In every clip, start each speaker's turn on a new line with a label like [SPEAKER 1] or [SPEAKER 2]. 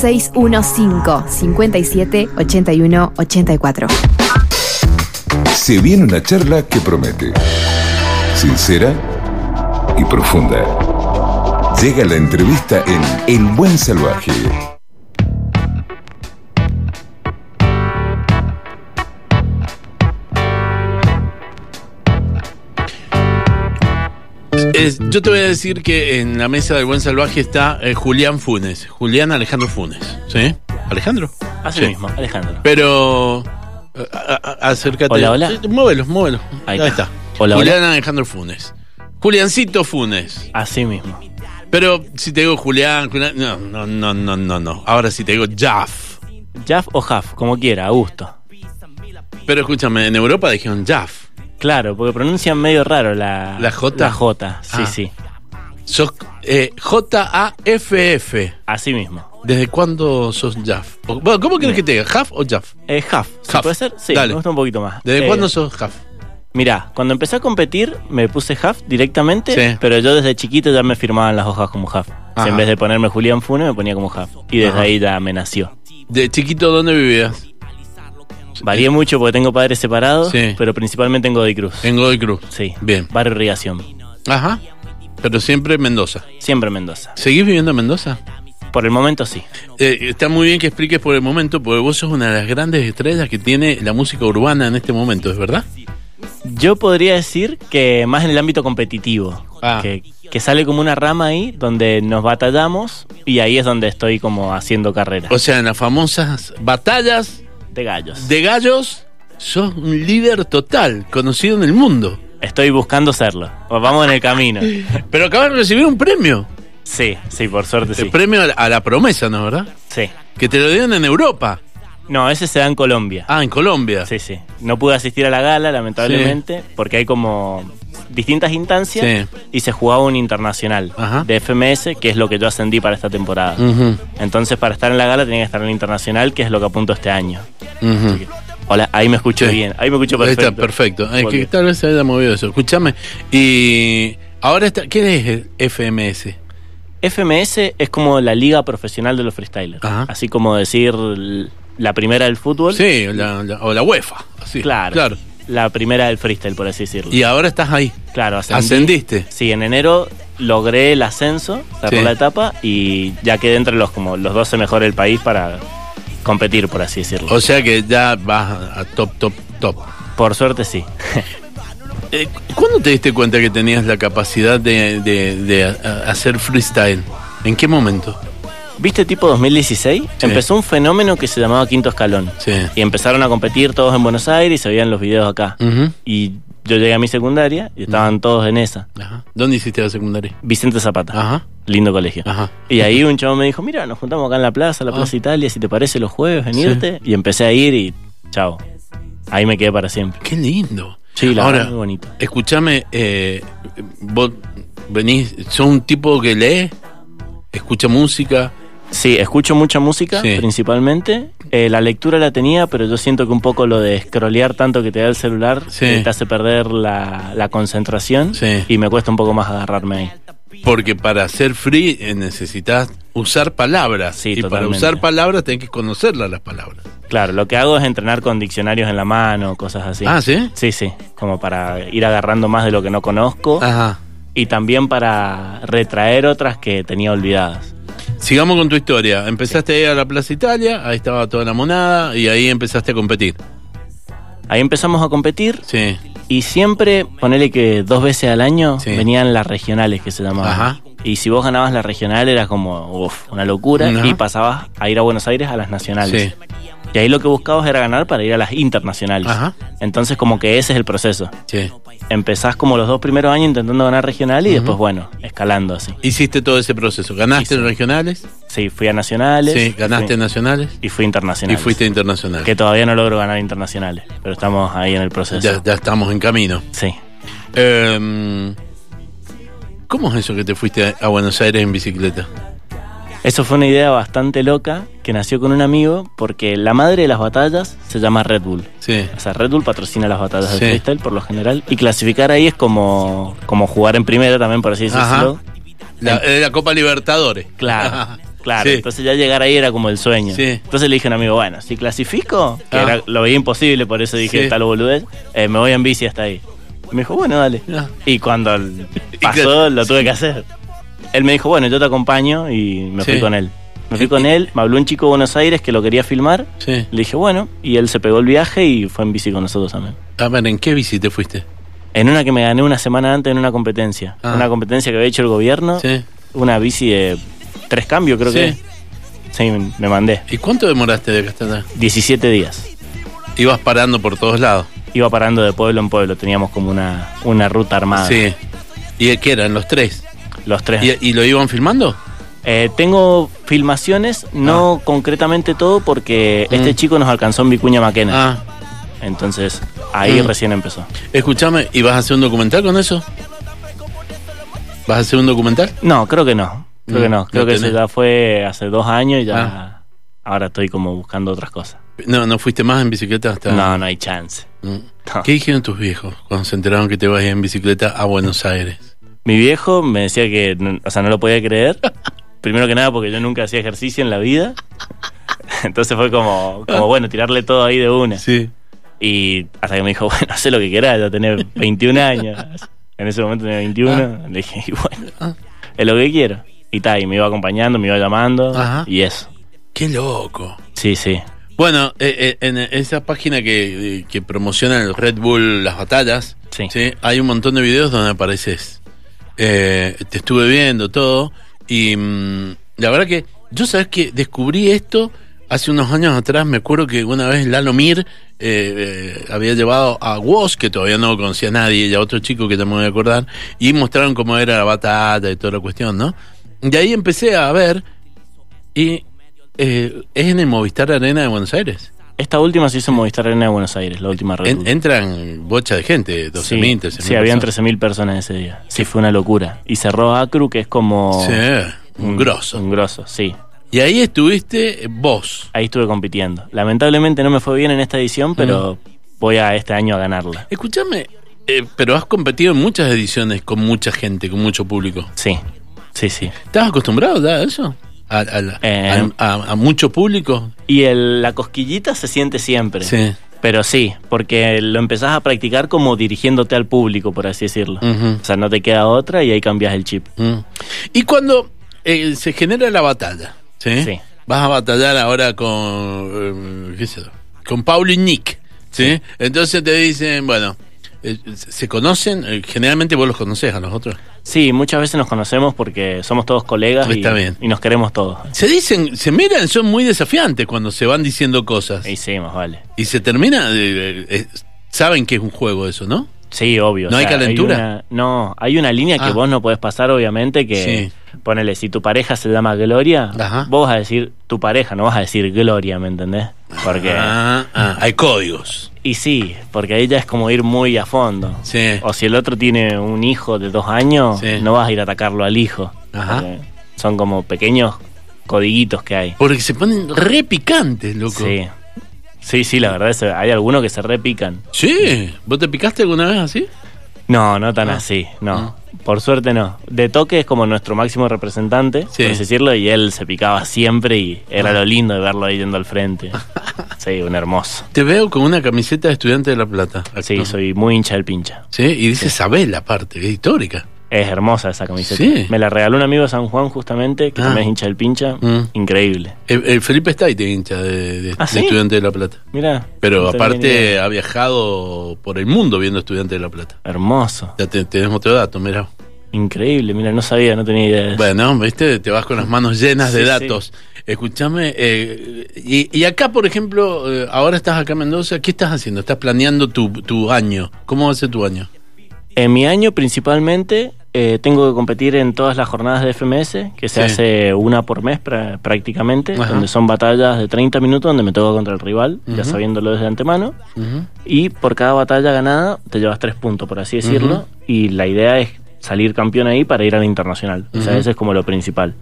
[SPEAKER 1] 2615 57 81 84.
[SPEAKER 2] Se viene una charla que promete. Sincera y profunda. Llega la entrevista en El Buen Salvaje.
[SPEAKER 3] Es- Eh, yo te voy a decir que en la mesa del buen salvaje está eh, Julián Funes, Julián Alejandro Funes, ¿sí? Alejandro.
[SPEAKER 4] Así
[SPEAKER 3] Sí.
[SPEAKER 4] mismo, Alejandro.
[SPEAKER 3] Pero eh, a- a- acércate.
[SPEAKER 4] Hola, hola.
[SPEAKER 3] Sí, Muévelos, muévelos.
[SPEAKER 4] Ahí
[SPEAKER 3] Ahí,
[SPEAKER 4] está.
[SPEAKER 3] está.
[SPEAKER 4] Hola, hola.
[SPEAKER 3] Julián Alejandro Funes. Juliancito Funes.
[SPEAKER 4] Así mismo.
[SPEAKER 3] Pero si te digo Julián, Julián- no, no, no, no, no, no. Ahora si te digo Jaff.
[SPEAKER 4] Jaff o Jaff, como quiera, a gusto.
[SPEAKER 3] Pero escúchame, en Europa dijeron Jaff.
[SPEAKER 4] Claro, porque pronuncian medio raro la...
[SPEAKER 3] ¿La J?
[SPEAKER 4] La J, sí,
[SPEAKER 3] Ah.
[SPEAKER 4] sí.
[SPEAKER 3] Sos eh, J-A-F-F.
[SPEAKER 4] Así mismo.
[SPEAKER 3] ¿Desde cuándo sos Jaff? O- Bueno, ¿cómo quieres que te diga? ¿Jaff o Jaff?
[SPEAKER 4] Eh, Jaff, ¿se
[SPEAKER 3] Jaff,
[SPEAKER 4] puede ser? Sí,
[SPEAKER 3] dale.
[SPEAKER 4] me gusta un poquito más.
[SPEAKER 3] ¿Desde
[SPEAKER 4] Eh,
[SPEAKER 3] cuándo sos Jaff?
[SPEAKER 4] Mirá, cuando empecé a competir me puse Jaff directamente,
[SPEAKER 3] Sí.
[SPEAKER 4] pero yo desde chiquito ya me firmaban las hojas como Jaff.
[SPEAKER 3] Ajá.
[SPEAKER 4] En vez de ponerme Julián Funes me ponía como Jaff. Y desde
[SPEAKER 3] Ajá.
[SPEAKER 4] ahí ya me nació.
[SPEAKER 3] ¿De chiquito dónde vivías?
[SPEAKER 4] Varié mucho porque tengo padres separados,
[SPEAKER 3] Sí.
[SPEAKER 4] pero principalmente en Godoy Cruz.
[SPEAKER 3] En Godoy Cruz.
[SPEAKER 4] Sí,
[SPEAKER 3] Bien.
[SPEAKER 4] barrio Irrigación.
[SPEAKER 3] Ajá. Pero siempre en Mendoza.
[SPEAKER 4] Siempre en Mendoza.
[SPEAKER 3] ¿Seguís viviendo en Mendoza?
[SPEAKER 4] Por el momento sí.
[SPEAKER 3] Eh, está muy bien que expliques por el momento, porque vos sos una de las grandes estrellas que tiene la música urbana en este momento, ¿es verdad?
[SPEAKER 4] Yo podría decir que más en el ámbito competitivo,
[SPEAKER 3] Ah.
[SPEAKER 4] que, que sale como una rama ahí donde nos batallamos y ahí es donde estoy como haciendo carrera
[SPEAKER 3] O sea, en las famosas batallas
[SPEAKER 4] de gallos.
[SPEAKER 3] de gallos, sos un líder total, conocido en el mundo.
[SPEAKER 4] Estoy buscando serlo. Vamos en el camino.
[SPEAKER 3] Pero acabas de recibir un premio.
[SPEAKER 4] Sí, sí, por suerte sí.
[SPEAKER 3] El premio a la, a la promesa, ¿no es verdad?
[SPEAKER 4] Sí.
[SPEAKER 3] Que te lo dieron en Europa.
[SPEAKER 4] No, ese se da en Colombia.
[SPEAKER 3] Ah, en Colombia.
[SPEAKER 4] Sí, sí. No pude asistir a la gala, lamentablemente, porque hay como distintas instancias
[SPEAKER 3] Sí.
[SPEAKER 4] y se jugaba un internacional
[SPEAKER 3] Ajá. Mm.
[SPEAKER 4] de FMS, que es lo que yo ascendí para esta temporada.
[SPEAKER 3] Ujú,
[SPEAKER 4] Entonces, para estar en la gala tenía que estar en el internacional, que es lo que apunto este año.
[SPEAKER 3] ujú.
[SPEAKER 4] Hola, ahí me escucho
[SPEAKER 3] Sí.
[SPEAKER 4] bien, ahí me escucho
[SPEAKER 3] Ahí
[SPEAKER 4] perfecto.
[SPEAKER 3] está, perfecto. Ay,
[SPEAKER 4] Porque
[SPEAKER 3] que tal vez se haya movido eso. Escúchame. Y ahora está. ¿Qué es el FMS?
[SPEAKER 4] FMS es como la liga profesional de los freestylers.
[SPEAKER 3] Ajá.
[SPEAKER 4] Así como decir l- la primera del fútbol.
[SPEAKER 3] Sí, la- la- o la UEFA. así,
[SPEAKER 4] Claro. La primera del freestyle, por así decirlo.
[SPEAKER 3] Y ahora estás ahí.
[SPEAKER 4] Claro, ascendí.
[SPEAKER 3] Ascendiste.
[SPEAKER 4] Sí, en enero logré el ascenso, cerró
[SPEAKER 3] Sí.
[SPEAKER 4] la etapa y ya quedé entre los como los 12 mejores del país para competir, por así decirlo.
[SPEAKER 3] O sea que ya vas a, a top, top, top.
[SPEAKER 4] por suerte sí.
[SPEAKER 3] Eh, ¿Cuándo te diste cuenta que tenías la capacidad de, de- de a- a- hacer freestyle? ¿En qué momento?
[SPEAKER 4] ¿Viste tipo 2016? Empezó un fenómeno que se llamaba Quinto Escalón.
[SPEAKER 3] Sí.
[SPEAKER 4] Y empezaron a competir todos en Buenos Aires y se veían los videos acá.
[SPEAKER 3] Ujú.
[SPEAKER 4] Y yo llegué a mi secundaria y estaban todos en esa.
[SPEAKER 3] Ajá. ¿Dónde hiciste la secundaria?
[SPEAKER 4] Vicente Zapata,
[SPEAKER 3] Ajá.
[SPEAKER 4] lindo colegio.
[SPEAKER 3] Ajá.
[SPEAKER 4] Y ahí un chavo me dijo, mira, nos juntamos acá en la plaza, la Plaza
[SPEAKER 3] Ah.
[SPEAKER 4] Italia, si te parece los jueves,
[SPEAKER 3] Sí.
[SPEAKER 4] venirte. Y empecé a ir y chao. Ahí me quedé para siempre.
[SPEAKER 3] Qué lindo.
[SPEAKER 4] Sí, la
[SPEAKER 3] Ahora,
[SPEAKER 4] verdad, muy bonito.
[SPEAKER 3] Escúchame, eh, vos venís, sos un tipo que lee, escucha música.
[SPEAKER 4] Sí, escucho mucha música
[SPEAKER 3] Sí.
[SPEAKER 4] principalmente. Eh, la lectura la tenía, pero yo siento que un poco lo de scrollear tanto que te da el celular
[SPEAKER 3] Sí.
[SPEAKER 4] eh, te hace perder la, la concentración
[SPEAKER 3] Sí.
[SPEAKER 4] y me cuesta un poco más agarrarme ahí.
[SPEAKER 3] Porque para ser free eh, necesitas usar palabras.
[SPEAKER 4] Sí,
[SPEAKER 3] y para
[SPEAKER 4] totalmente.
[SPEAKER 3] usar palabras tenés que conocerlas las palabras.
[SPEAKER 4] Claro, lo que hago es entrenar con diccionarios en la mano, cosas así.
[SPEAKER 3] Ah, ¿sí?
[SPEAKER 4] Sí, sí, como para ir agarrando más de lo que no conozco
[SPEAKER 3] Ajá.
[SPEAKER 4] y también para retraer otras que tenía olvidadas.
[SPEAKER 3] Sigamos con tu historia. Empezaste a ir a la Plaza Italia, ahí estaba toda la monada y ahí empezaste a competir.
[SPEAKER 4] Ahí empezamos a competir
[SPEAKER 3] Sí.
[SPEAKER 4] Y siempre, ponele que dos veces al año
[SPEAKER 3] Sí.
[SPEAKER 4] venían las regionales que se llamaban.
[SPEAKER 3] Ajá.
[SPEAKER 4] Y si vos ganabas la regional era como, uff, una locura.
[SPEAKER 3] Ajá.
[SPEAKER 4] Y pasabas a ir a Buenos Aires a las nacionales.
[SPEAKER 3] Sí.
[SPEAKER 4] Y ahí lo que buscabas era ganar para ir a las internacionales.
[SPEAKER 3] Ajá.
[SPEAKER 4] Entonces como que ese es el proceso.
[SPEAKER 3] Sí.
[SPEAKER 4] Empezás como los dos primeros años intentando ganar regional y después, bueno, escalando así.
[SPEAKER 3] Hiciste todo ese proceso. Ganaste
[SPEAKER 4] Sí, sí.
[SPEAKER 3] en regionales,
[SPEAKER 4] Sí, fui a nacionales.
[SPEAKER 3] sí, ganaste
[SPEAKER 4] fui-
[SPEAKER 3] en nacionales
[SPEAKER 4] Y fui
[SPEAKER 3] y
[SPEAKER 4] internacional.
[SPEAKER 3] fuiste internacional.
[SPEAKER 4] Que todavía no logro ganar internacionales, pero estamos ahí en el proceso.
[SPEAKER 3] Ya- ya estamos en camino.
[SPEAKER 4] Sí.
[SPEAKER 3] Em, ¿Cómo es eso que te fuiste a Buenos Aires en bicicleta?
[SPEAKER 4] Eso fue una idea bastante loca que nació con un amigo porque la madre de las batallas se llama Red Bull.
[SPEAKER 3] Sí.
[SPEAKER 4] O sea, Red Bull patrocina las batallas
[SPEAKER 3] Sí.
[SPEAKER 4] de freestyle por lo general y clasificar ahí es como, como jugar en primera también, por así
[SPEAKER 3] Ajá.
[SPEAKER 4] decirlo.
[SPEAKER 3] La, eh, la Copa Libertadores.
[SPEAKER 4] Claro,
[SPEAKER 3] Ajá.
[SPEAKER 4] Claro,
[SPEAKER 3] Sí.
[SPEAKER 4] entonces ya llegar ahí era como el sueño.
[SPEAKER 3] Sí.
[SPEAKER 4] Entonces le dije a un amigo, bueno, si clasifico, que
[SPEAKER 3] Ah.
[SPEAKER 4] era- lo veía imposible, por eso dije,
[SPEAKER 3] Sí.
[SPEAKER 4] tal boludez, eh, me voy en bici hasta ahí. Me dijo, bueno, dale.
[SPEAKER 3] Ah.
[SPEAKER 4] Y cuando el- pasó, lo tuve que hacer. Él me dijo, bueno, yo te acompaño y me fui
[SPEAKER 3] Sí.
[SPEAKER 4] con él. Me fui con él, me habló un chico de Buenos Aires que lo quería filmar.
[SPEAKER 3] Sí.
[SPEAKER 4] Le dije, bueno, y él se pegó el viaje y fue en bici con nosotros también.
[SPEAKER 3] A ver, ¿en qué bici te fuiste?
[SPEAKER 4] En una que me gané una semana antes en una competencia.
[SPEAKER 3] Ah.
[SPEAKER 4] Una competencia que había hecho el gobierno.
[SPEAKER 3] Sí.
[SPEAKER 4] Una bici de tres cambios, creo
[SPEAKER 3] Sí.
[SPEAKER 4] que. Sí, me mandé.
[SPEAKER 3] ¿Y cuánto demoraste de acá hasta allá?
[SPEAKER 4] 17 días.
[SPEAKER 3] Ibas parando por todos lados.
[SPEAKER 4] Iba parando de pueblo en pueblo. Teníamos como una, una ruta armada.
[SPEAKER 3] Sí. ¿Y qué eran? ¿Los tres?
[SPEAKER 4] Los tres.
[SPEAKER 3] ¿Y, y lo iban filmando?
[SPEAKER 4] Eh, tengo filmaciones, no concretamente todo, porque
[SPEAKER 3] Ah. Mm.
[SPEAKER 4] este chico nos alcanzó en Vicuña Maquena.
[SPEAKER 3] Ah.
[SPEAKER 4] Entonces, ahí
[SPEAKER 3] Mm.
[SPEAKER 4] recién empezó.
[SPEAKER 3] Escúchame, ¿y vas a hacer un documental con eso? ¿Vas a hacer un documental?
[SPEAKER 4] No, creo que no. Creo
[SPEAKER 3] Mm,
[SPEAKER 4] que no. Creo
[SPEAKER 3] no Ah.
[SPEAKER 4] que
[SPEAKER 3] tenés.
[SPEAKER 4] eso ya fue hace dos años y ya. Ahora estoy como buscando otras cosas.
[SPEAKER 3] No, no fuiste más en bicicleta hasta.
[SPEAKER 4] No, no hay chance.
[SPEAKER 3] Mm.
[SPEAKER 4] No.
[SPEAKER 3] ¿Qué dijeron tus viejos cuando se enteraron que te vas a ir en bicicleta a Buenos Aires?
[SPEAKER 4] Mi viejo me decía que, n- o sea, no lo podía creer. Primero que nada porque yo nunca hacía ejercicio en la vida. Entonces fue como,
[SPEAKER 3] Ah.
[SPEAKER 4] como bueno, tirarle todo ahí de una.
[SPEAKER 3] Sí.
[SPEAKER 4] Y hasta que me dijo, bueno, haz lo que quieras, ya tenés 21 años. En ese momento tenía 21. Le dije, y bueno,
[SPEAKER 3] Ah.
[SPEAKER 4] es lo que quiero. Y tal, y me iba acompañando, me iba llamando.
[SPEAKER 3] Ajá.
[SPEAKER 4] Y eso.
[SPEAKER 3] Qué loco.
[SPEAKER 4] Sí, sí.
[SPEAKER 3] Bueno, eh, eh, en esa página que, eh, que promociona el Red Bull las batallas,
[SPEAKER 4] Sí.
[SPEAKER 3] hay un montón de videos donde apareces. Eh, te estuve viendo todo y mm, la verdad que yo sabes que descubrí esto hace unos años atrás. Me acuerdo que una vez Lalo Mir eh, eh, había llevado a Woz, que todavía no conocía a nadie, y a otro chico que también me voy a acordar, y mostraron cómo era la batata y toda la cuestión, ¿no? De ahí empecé a ver y eh, es en el Movistar Arena de Buenos Aires.
[SPEAKER 4] Esta última se hizo en Movistar Arena de Buenos Aires, la última red.
[SPEAKER 3] En- entran bocha de gente, 12.000,
[SPEAKER 4] Sí,
[SPEAKER 3] 13.000.
[SPEAKER 4] sí, habían
[SPEAKER 3] personas.
[SPEAKER 4] 13.000 personas ese día. Sí, fue una locura. Y cerró Acru, que es como... Oh.
[SPEAKER 3] Sí,
[SPEAKER 4] Mm.
[SPEAKER 3] un grosso.
[SPEAKER 4] Un grosso, sí.
[SPEAKER 3] Y ahí estuviste vos.
[SPEAKER 4] Ahí estuve compitiendo. Lamentablemente no me fue bien en esta edición, pero voy a este año a ganarla.
[SPEAKER 3] Escúchame, eh, pero has competido en muchas ediciones con mucha gente, con mucho público.
[SPEAKER 4] Sí, sí, sí.
[SPEAKER 3] ¿Estás acostumbrado ya a eso? ¿A, al-
[SPEAKER 4] Eh.
[SPEAKER 3] al- a- a mucho público?
[SPEAKER 4] Y el- la cosquillita se siente siempre.
[SPEAKER 3] Sí.
[SPEAKER 4] Pero sí, porque lo empezás a practicar como dirigiéndote al público, por así decirlo.
[SPEAKER 3] Ujú.
[SPEAKER 4] O sea, no te queda otra y ahí cambias el chip.
[SPEAKER 3] Mm. Y cuando eh, se genera la batalla, ¿sí?
[SPEAKER 4] Sí.
[SPEAKER 3] Vas a batallar ahora con, eh, qué sé yo, con Paul y Nick, ¿sí? Entonces te dicen, bueno, eh, ¿se conocen? Eh, Generalmente vos los conocés a los otros.
[SPEAKER 4] Sí, muchas veces nos conocemos porque somos todos colegas y,
[SPEAKER 3] Está bien.
[SPEAKER 4] y nos queremos todos.
[SPEAKER 3] Se dicen, se miran, son muy desafiantes cuando se van diciendo cosas.
[SPEAKER 4] Y sí, más vale.
[SPEAKER 3] Y se termina, eh, eh, eh, saben que es un juego eso, ¿no?
[SPEAKER 4] Sí, obvio.
[SPEAKER 3] ¿No hay calentura?
[SPEAKER 4] una- no, hay una línea
[SPEAKER 3] Ah.
[SPEAKER 4] que vos no podés pasar, obviamente, que ponele, si tu pareja se llama Gloria,
[SPEAKER 3] Ajá.
[SPEAKER 4] vos vas a decir tu pareja, no vas a decir Gloria, ¿me entendés? Porque...
[SPEAKER 3] Ah, ah,
[SPEAKER 4] Mm.
[SPEAKER 3] hay códigos.
[SPEAKER 4] Y sí, porque ahí ya es como ir muy a fondo.
[SPEAKER 3] Sí.
[SPEAKER 4] O si el otro tiene un hijo de dos años,
[SPEAKER 3] Sí.
[SPEAKER 4] no vas a ir a atacarlo al hijo.
[SPEAKER 3] Ajá.
[SPEAKER 4] Porque Son como pequeños codiguitos que hay.
[SPEAKER 3] Porque se ponen re picantes, loco.
[SPEAKER 4] Sí. Sí, sí, la verdad, es que hay algunos que se repican.
[SPEAKER 3] Sí, ¿vos te picaste alguna vez así?
[SPEAKER 4] No, no tan
[SPEAKER 3] Ah.
[SPEAKER 4] así, no.
[SPEAKER 3] Ah.
[SPEAKER 4] Por suerte no. De toque es como nuestro máximo representante,
[SPEAKER 3] Sí. Ah.
[SPEAKER 4] por así decirlo, y él se picaba siempre y era lo lindo de verlo ahí yendo al frente. Sí, un hermoso.
[SPEAKER 3] Te veo con una camiseta de estudiante de La Plata.
[SPEAKER 4] Sí,
[SPEAKER 3] Actor.
[SPEAKER 4] soy muy hincha del pincha.
[SPEAKER 3] Sí, y dice Sabel aparte, que es histórica.
[SPEAKER 4] Es hermosa esa camiseta.
[SPEAKER 3] Sí.
[SPEAKER 4] Me la regaló un amigo de San Juan justamente, que
[SPEAKER 3] Ah.
[SPEAKER 4] también es hincha del pincha.
[SPEAKER 3] Mm.
[SPEAKER 4] Increíble.
[SPEAKER 3] El, el Felipe está ahí, te hincha de, de-
[SPEAKER 4] ¿Ah,
[SPEAKER 3] de
[SPEAKER 4] sí?
[SPEAKER 3] estudiante de La Plata.
[SPEAKER 4] Mira.
[SPEAKER 3] Pero aparte ha viajado por el mundo viendo estudiante de La Plata.
[SPEAKER 4] Hermoso.
[SPEAKER 3] Ya te- tenemos otro dato, mira.
[SPEAKER 4] Increíble, mira, no sabía, no tenía idea de eso.
[SPEAKER 3] Bueno, viste, te vas con las manos llenas de
[SPEAKER 4] Sí, sí.
[SPEAKER 3] datos. Escúchame, eh, y, y acá, por ejemplo, eh, ahora estás acá en Mendoza, ¿qué estás haciendo? ¿Estás planeando tu, tu año? ¿Cómo va a ser tu año?
[SPEAKER 4] En mi año principalmente eh, tengo que competir en todas las jornadas de FMS, que se
[SPEAKER 3] Sí.
[SPEAKER 4] hace una por mes pra- prácticamente,
[SPEAKER 3] Ajá.
[SPEAKER 4] donde son batallas de 30 minutos donde me toca contra el rival,
[SPEAKER 3] Ujú.
[SPEAKER 4] ya sabiéndolo desde antemano.
[SPEAKER 3] Ujú.
[SPEAKER 4] Y por cada batalla ganada te llevas tres puntos, por así decirlo.
[SPEAKER 3] Ujú.
[SPEAKER 4] Y la idea es salir campeón ahí para ir al internacional. O sea,
[SPEAKER 3] Ujú.
[SPEAKER 4] eso es como lo principal.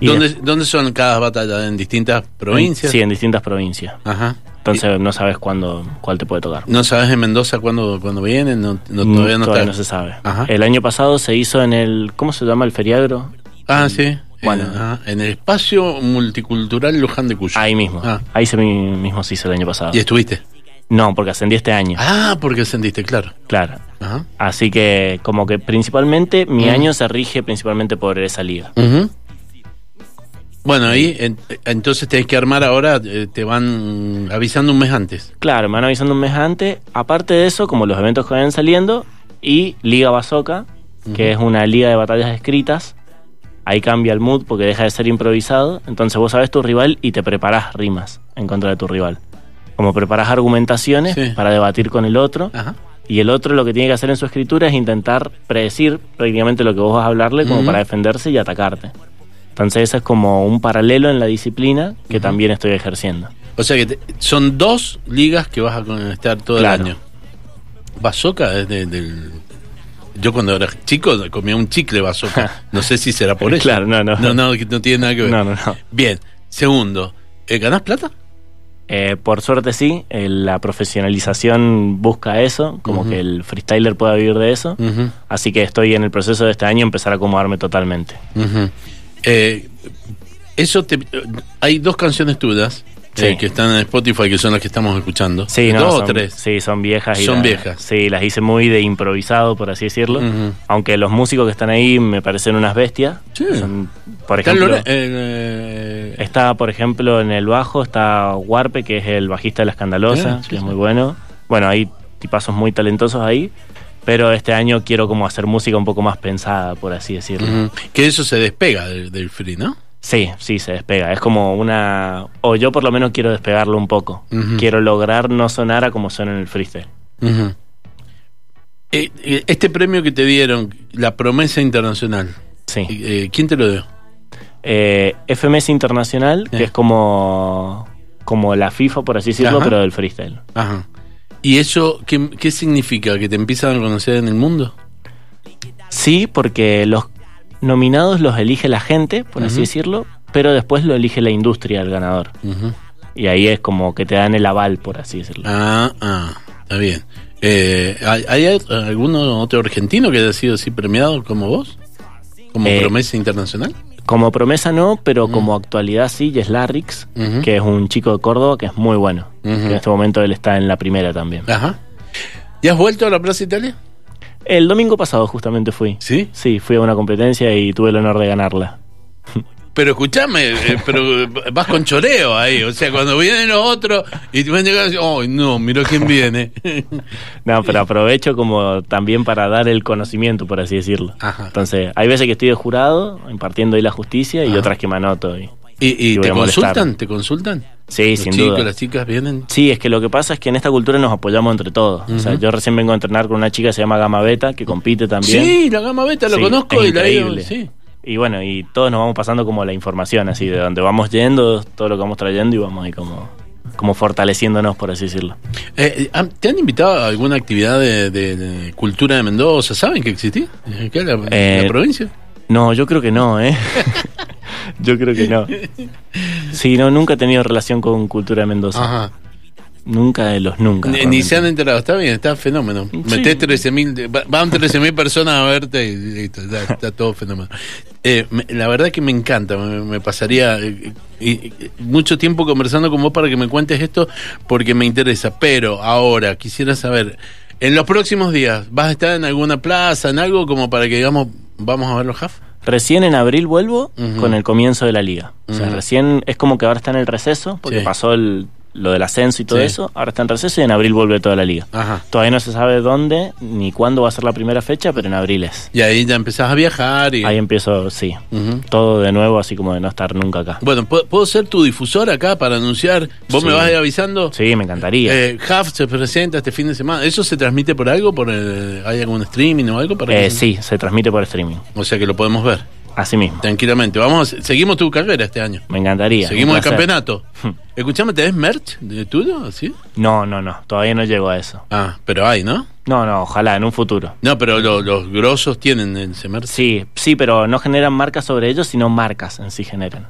[SPEAKER 4] Y
[SPEAKER 3] ¿Dónde,
[SPEAKER 4] después-
[SPEAKER 3] ¿Dónde son cada batalla? ¿En distintas provincias?
[SPEAKER 4] Sí, en distintas provincias.
[SPEAKER 3] Ajá.
[SPEAKER 4] Entonces no sabes cuándo, cuál te puede tocar.
[SPEAKER 3] ¿No sabes en Mendoza cuándo, cuándo vienen? No, no- todavía no está.
[SPEAKER 4] Mm, se sabe.
[SPEAKER 3] Ajá.
[SPEAKER 4] El año pasado se hizo en el. ¿Cómo se llama el feriagro?
[SPEAKER 3] Ah, sí.
[SPEAKER 4] Bueno.
[SPEAKER 3] Eh, ah, en el espacio multicultural Luján de Cuyo.
[SPEAKER 4] Ahí mismo.
[SPEAKER 3] Ah.
[SPEAKER 4] Ahí se mi- mismo se hizo el año pasado.
[SPEAKER 3] ¿Y estuviste?
[SPEAKER 4] No, porque ascendí este año.
[SPEAKER 3] Ah, porque ascendiste, claro.
[SPEAKER 4] Claro.
[SPEAKER 3] Ajá.
[SPEAKER 4] Así que como que principalmente mi
[SPEAKER 3] Mm.
[SPEAKER 4] año se rige principalmente por esa liga.
[SPEAKER 3] Ujú. Bueno, ahí en- entonces tenés que armar ahora, eh, te van avisando un mes antes.
[SPEAKER 4] Claro, me van avisando un mes antes. Aparte de eso, como los eventos que vayan saliendo, y Liga Basoca, que es una liga de batallas escritas, ahí cambia el mood porque deja de ser improvisado. Entonces vos sabés tu rival y te preparás rimas en contra de tu rival. Como preparás argumentaciones
[SPEAKER 3] Sí. Ah.
[SPEAKER 4] para debatir con el otro.
[SPEAKER 3] Ajá.
[SPEAKER 4] Y el otro lo que tiene que hacer en su escritura es intentar predecir prácticamente lo que vos vas a hablarle como
[SPEAKER 3] Ujú.
[SPEAKER 4] para defenderse y atacarte. Entonces ese es como un paralelo en la disciplina que
[SPEAKER 3] Ujú.
[SPEAKER 4] también estoy ejerciendo.
[SPEAKER 3] O sea que te- son dos ligas que vas a con- estar todo
[SPEAKER 4] Claro.
[SPEAKER 3] el año. Bazoca es de- del... Yo cuando era chico comía un chicle bazoca. No sé si será por eso.
[SPEAKER 4] Claro, no, no.
[SPEAKER 3] No, no, que no tiene nada que ver.
[SPEAKER 4] No, no, no.
[SPEAKER 3] Bien, segundo, eh, ¿ganás plata?
[SPEAKER 4] Eh, por suerte sí, eh, la profesionalización busca eso, como
[SPEAKER 3] Ujú.
[SPEAKER 4] que el freestyler pueda vivir de eso. Así que estoy en el proceso de este año empezar a acomodarme totalmente.
[SPEAKER 3] Ujú. Eh, eso te, hay dos canciones tuyas eh,
[SPEAKER 4] Sí.
[SPEAKER 3] que están en Spotify, que son las que estamos escuchando.
[SPEAKER 4] Sí, no,
[SPEAKER 3] dos o
[SPEAKER 4] son-
[SPEAKER 3] tres.
[SPEAKER 4] Sí, son viejas. y
[SPEAKER 3] Son
[SPEAKER 4] las-
[SPEAKER 3] viejas.
[SPEAKER 4] Sí, las hice muy de improvisado, por así decirlo.
[SPEAKER 3] Ujú.
[SPEAKER 4] Aunque los músicos que están ahí me parecen unas bestias.
[SPEAKER 3] Sí.
[SPEAKER 4] Son, por
[SPEAKER 3] Está
[SPEAKER 4] ejemplo,
[SPEAKER 3] Lore- eh, eh,
[SPEAKER 4] está, por ejemplo, en el bajo está Warpe, que es el bajista de La Escandalosa,
[SPEAKER 3] Sí, sí,
[SPEAKER 4] que es
[SPEAKER 3] Ah, sí.
[SPEAKER 4] muy bueno. Bueno, hay tipazos muy talentosos ahí. Pero este año quiero como hacer música un poco más pensada, por así decirlo.
[SPEAKER 3] ujú. Que eso se despega del, del free, ¿no?
[SPEAKER 4] Sí, sí, se despega. Es como una... O yo por lo menos quiero despegarlo un poco.
[SPEAKER 3] Ujú.
[SPEAKER 4] Quiero lograr no sonar a como suena en el freestyle.
[SPEAKER 3] Ujú. Eh, eh, este premio que te dieron, la promesa internacional,
[SPEAKER 4] Sí.
[SPEAKER 3] eh, ¿quién te lo dio?
[SPEAKER 4] eh, FMS Internacional,
[SPEAKER 3] Sí.
[SPEAKER 4] que es como, como la FIFA, por así decirlo,
[SPEAKER 3] Eh. Ajá.
[SPEAKER 4] pero del freestyle.
[SPEAKER 3] Ajá. ¿Y eso qué, qué significa? ¿Que te empiezan a conocer en el mundo?
[SPEAKER 4] Sí, porque los nominados los elige la gente, por así
[SPEAKER 3] Ujú.
[SPEAKER 4] decirlo, pero después lo elige la industria, el ganador.
[SPEAKER 3] Ujú.
[SPEAKER 4] Y ahí es como que te dan el aval, por así decirlo.
[SPEAKER 3] Ah, ah, está bien. Eh, ¿hay, hay alguno otro argentino que haya sido así premiado como vos? ¿Como
[SPEAKER 4] Eh.
[SPEAKER 3] promesa internacional?
[SPEAKER 4] Como promesa no, pero como actualidad sí, y es Larrix,
[SPEAKER 3] Mm. Ujú.
[SPEAKER 4] que es un chico de Córdoba que es muy bueno.
[SPEAKER 3] Ujú. Ah.
[SPEAKER 4] Que en este momento él está en la primera también.
[SPEAKER 3] Ajá. ¿Y has vuelto a la Plaza Italia?
[SPEAKER 4] El domingo pasado justamente fui.
[SPEAKER 3] Sí.
[SPEAKER 4] Sí, fui a una competencia y tuve el honor de ganarla.
[SPEAKER 3] Pero escuchame, eh, pero vas con choreo ahí. O sea, cuando vienen los otros y te van a llegar ¡ay, no! Mirá quién viene.
[SPEAKER 4] No, pero aprovecho como también para dar el conocimiento, por así decirlo.
[SPEAKER 3] Ajá.
[SPEAKER 4] Entonces, hay veces que estoy de jurado, impartiendo ahí la justicia, y
[SPEAKER 3] Ajá.
[SPEAKER 4] otras que me anoto. y-
[SPEAKER 3] ¿Y, y
[SPEAKER 4] Y voy
[SPEAKER 3] te
[SPEAKER 4] a molestar.
[SPEAKER 3] consultan? ¿Te consultan?
[SPEAKER 4] Sí,
[SPEAKER 3] los
[SPEAKER 4] sin
[SPEAKER 3] chicos,
[SPEAKER 4] duda.
[SPEAKER 3] las chicas vienen.
[SPEAKER 4] Sí, es que lo que pasa es que en esta cultura nos apoyamos entre todos. O sea,
[SPEAKER 3] Ujú.
[SPEAKER 4] yo recién vengo a entrenar con una chica que se llama Gama Beta, que compite también.
[SPEAKER 3] Sí, la gama beta la
[SPEAKER 4] Sí,
[SPEAKER 3] conozco
[SPEAKER 4] es
[SPEAKER 3] y la he ido,
[SPEAKER 4] increíble.
[SPEAKER 3] Sí.
[SPEAKER 4] Y bueno, y todos nos vamos pasando como la información, así, de donde vamos yendo, todo lo que vamos trayendo, y vamos ahí como, como fortaleciéndonos, por así decirlo.
[SPEAKER 3] Eh, eh, ¿Te han invitado a alguna actividad de, de- de cultura de Mendoza? ¿Saben que existí? ¿Qué es la, la
[SPEAKER 4] Eh,
[SPEAKER 3] provincia?
[SPEAKER 4] No, yo creo que no, ¿eh? yo creo que no. Sí, no, nunca he tenido relación con cultura de Mendoza.
[SPEAKER 3] Ajá.
[SPEAKER 4] Nunca de los nunca.
[SPEAKER 3] Ni, ni
[SPEAKER 4] realmente.
[SPEAKER 3] se han enterado. Está bien, está fenómeno. Metés 13.000, de- va- van 13.000 personas a verte y listo, ya está, todo fenómeno. Eh, me- la verdad que me encanta, me, me pasaría eh, eh, eh, mucho tiempo conversando con vos para que me cuentes esto porque me interesa. Pero ahora quisiera saber, en los próximos días, ¿vas a estar en alguna plaza, en algo como para que digamos, vamos a ver los half?
[SPEAKER 4] Recién en abril vuelvo
[SPEAKER 3] Ujú.
[SPEAKER 4] con el comienzo de la liga. O sea,
[SPEAKER 3] Ujú.
[SPEAKER 4] recién es como que ahora está en el receso, porque
[SPEAKER 3] Sí.
[SPEAKER 4] pasó el- lo del ascenso y todo
[SPEAKER 3] Sí.
[SPEAKER 4] eso. Ahora está en receso y en abril vuelve toda la liga.
[SPEAKER 3] Ajá.
[SPEAKER 4] Todavía no se sabe dónde ni cuándo va a ser la primera fecha, pero en abril es.
[SPEAKER 3] Y ahí ya empezás a viajar y...
[SPEAKER 4] Ahí em empiezo, sí.
[SPEAKER 3] Ujú.
[SPEAKER 4] Todo de nuevo, así como de no estar nunca acá.
[SPEAKER 3] Bueno, ¿puedo, puedo ser tu difusor acá para anunciar? ¿Vos
[SPEAKER 4] Sí.
[SPEAKER 3] me vas avisando?
[SPEAKER 4] Sí, me encantaría.
[SPEAKER 3] Eh, Huff se presenta este fin de semana. ¿Eso se transmite por algo? ¿Por el- ¿Hay algún streaming o algo? Para
[SPEAKER 4] Eh,
[SPEAKER 3] que-
[SPEAKER 4] sí, se transmite por streaming.
[SPEAKER 3] O sea que lo podemos ver
[SPEAKER 4] Así mismo.
[SPEAKER 3] tranquilamente. Vamos, seguimos tu carrera este año.
[SPEAKER 4] Me encantaría.
[SPEAKER 3] Seguimos
[SPEAKER 4] un
[SPEAKER 3] el
[SPEAKER 4] placer. Hmm.
[SPEAKER 3] campeonato. Escuchame, ¿te ves merch de tuyo? ¿Sí?
[SPEAKER 4] No, no, no. Todavía no llego a eso.
[SPEAKER 3] Ah, pero hay, ¿no?
[SPEAKER 4] No, no, ojalá, en un futuro.
[SPEAKER 3] No, pero lo- los grosos tienen ese merch.
[SPEAKER 4] Sí, sí, pero no generan marcas sobre ellos, sino marcas en sí generan.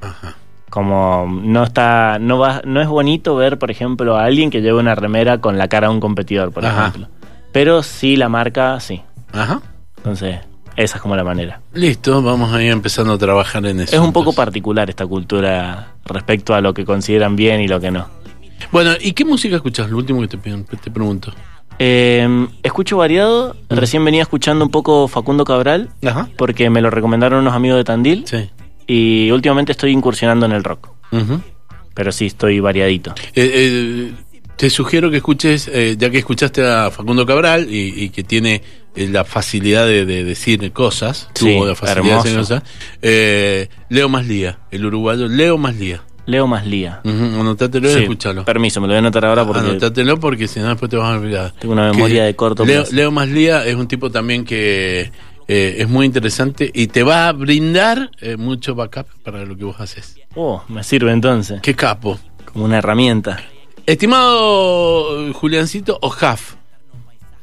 [SPEAKER 3] Ajá.
[SPEAKER 4] Como no está, no va, no es bonito ver, por ejemplo, a alguien que lleva una remera con la cara de un competidor, por
[SPEAKER 3] Ajá.
[SPEAKER 4] ejemplo. Pero sí la marca, sí.
[SPEAKER 3] Ajá.
[SPEAKER 4] Entonces, Esa es como la manera.
[SPEAKER 3] Listo, vamos a ir empezando a trabajar en eso.
[SPEAKER 4] Es un poco
[SPEAKER 3] entonces.
[SPEAKER 4] particular esta cultura respecto a lo que consideran bien y lo que no.
[SPEAKER 3] Bueno, ¿y qué música escuchas? Lo último que te, piden- te pregunto.
[SPEAKER 4] Eh, escucho variado.
[SPEAKER 3] Mm.
[SPEAKER 4] Recién venía escuchando un poco Facundo Cabral
[SPEAKER 3] Ajá.
[SPEAKER 4] porque me lo recomendaron unos amigos de Tandil
[SPEAKER 3] Sí.
[SPEAKER 4] y últimamente estoy incursionando en el rock.
[SPEAKER 3] Ujú.
[SPEAKER 4] Pero sí, estoy variadito.
[SPEAKER 3] Eh, eh, te sugiero que escuches, eh, ya que escuchaste a Facundo Cabral y, y que tiene eh, la facilidad de, de decir cosas,
[SPEAKER 4] Sí,
[SPEAKER 3] tuvo la facilidad de decir
[SPEAKER 4] hermoso.
[SPEAKER 3] cosas, eh, Leo Maslía, el uruguayo Leo Maslía.
[SPEAKER 4] Leo más Lía.
[SPEAKER 3] Ujú, anotátelo y
[SPEAKER 4] Sí,
[SPEAKER 3] escúchalo. Ah,
[SPEAKER 4] Permiso, me lo voy a anotar ahora porque
[SPEAKER 3] Anotátelo porque si no después te vas a olvidar.
[SPEAKER 4] tengo una memoria
[SPEAKER 3] que
[SPEAKER 4] de corto
[SPEAKER 3] Leo,
[SPEAKER 4] plazo.
[SPEAKER 3] Leo Maslía es un tipo también que eh, es muy interesante y te va a brindar eh, mucho backup para lo que vos haces.
[SPEAKER 4] Oh, me sirve entonces.
[SPEAKER 3] Qué capo.
[SPEAKER 4] Como una herramienta.
[SPEAKER 3] Estimado eh, Juliancito o Jaf,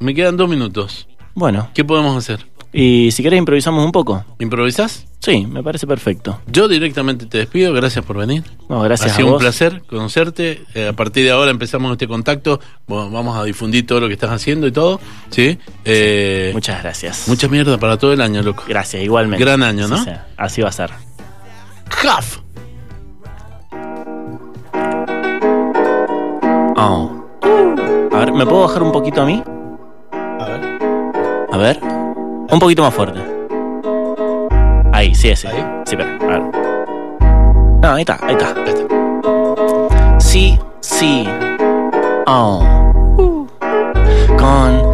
[SPEAKER 3] me quedan dos minutos.
[SPEAKER 4] Bueno,
[SPEAKER 3] ¿Qué podemos hacer?
[SPEAKER 4] y si querés improvisamos un poco.
[SPEAKER 3] ¿Improvisás?
[SPEAKER 4] Sí, me parece perfecto.
[SPEAKER 3] Yo directamente te despido, gracias por venir.
[SPEAKER 4] No, gracias
[SPEAKER 3] ha
[SPEAKER 4] a
[SPEAKER 3] sido
[SPEAKER 4] vos.
[SPEAKER 3] un placer conocerte. Eh, a partir de ahora empezamos este contacto. Bueno, vamos a difundir todo lo que estás haciendo y todo. ¿sí? Eh, mucha,
[SPEAKER 4] Muchas gracias.
[SPEAKER 3] mierda para todo el año, loco.
[SPEAKER 4] gracias, igualmente.
[SPEAKER 3] Gran año, ¿no?
[SPEAKER 4] Así sea, Así va a ser.
[SPEAKER 3] Jaf.
[SPEAKER 4] Oh. A ver, ¿me puedo bajar un poquito a mí? A ver. Un poquito más fuerte. Ahí, sí, ese.
[SPEAKER 3] Ahí.
[SPEAKER 4] Sí, pero, a ver. No, ahí está, ahí está. ahí está. Sí, sí. Oh. Con.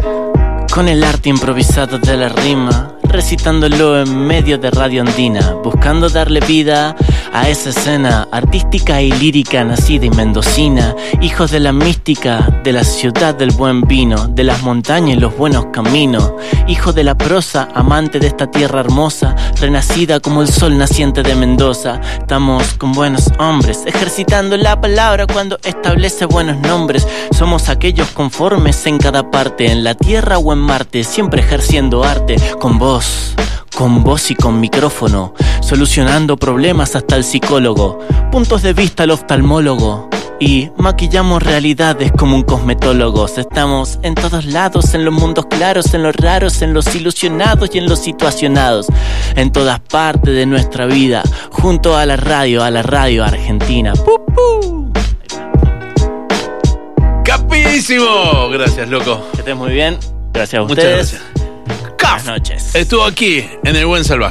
[SPEAKER 4] Con el arte improvisado de la rima, recitándolo en medio de Radio Andina, buscando darle vida a esa escena artística y lírica nacida en Mendocina, hijos de la mística, de la ciudad del buen vino, de las montañas y los buenos caminos, hijo de la prosa, amante de esta tierra hermosa, renacida como el sol naciente de Mendoza. Estamos con buenos hombres, ejercitando la palabra cuando establece buenos nombres. Somos aquellos conformes en cada parte, en la tierra o en Marte, siempre ejerciendo arte, con voz, con voz y con micrófono, solucionando problemas hasta el psicólogo, puntos de vista al oftalmólogo. Y maquillamos realidades como un cosmetólogos. Estamos en todos lados, en los mundos claros, en los raros, en los ilusionados y en los situacionados. En todas partes de nuestra vida, junto a la radio, a la radio argentina. ¡Pup, pu!
[SPEAKER 3] Capísimo. Gracias, loco.
[SPEAKER 4] Que estés muy bien. Gracias a
[SPEAKER 3] Muchas
[SPEAKER 4] ustedes.
[SPEAKER 3] gracias.
[SPEAKER 4] Buenas
[SPEAKER 3] Jaf
[SPEAKER 4] noches.
[SPEAKER 3] estuvo aquí en el Buen Salvaje.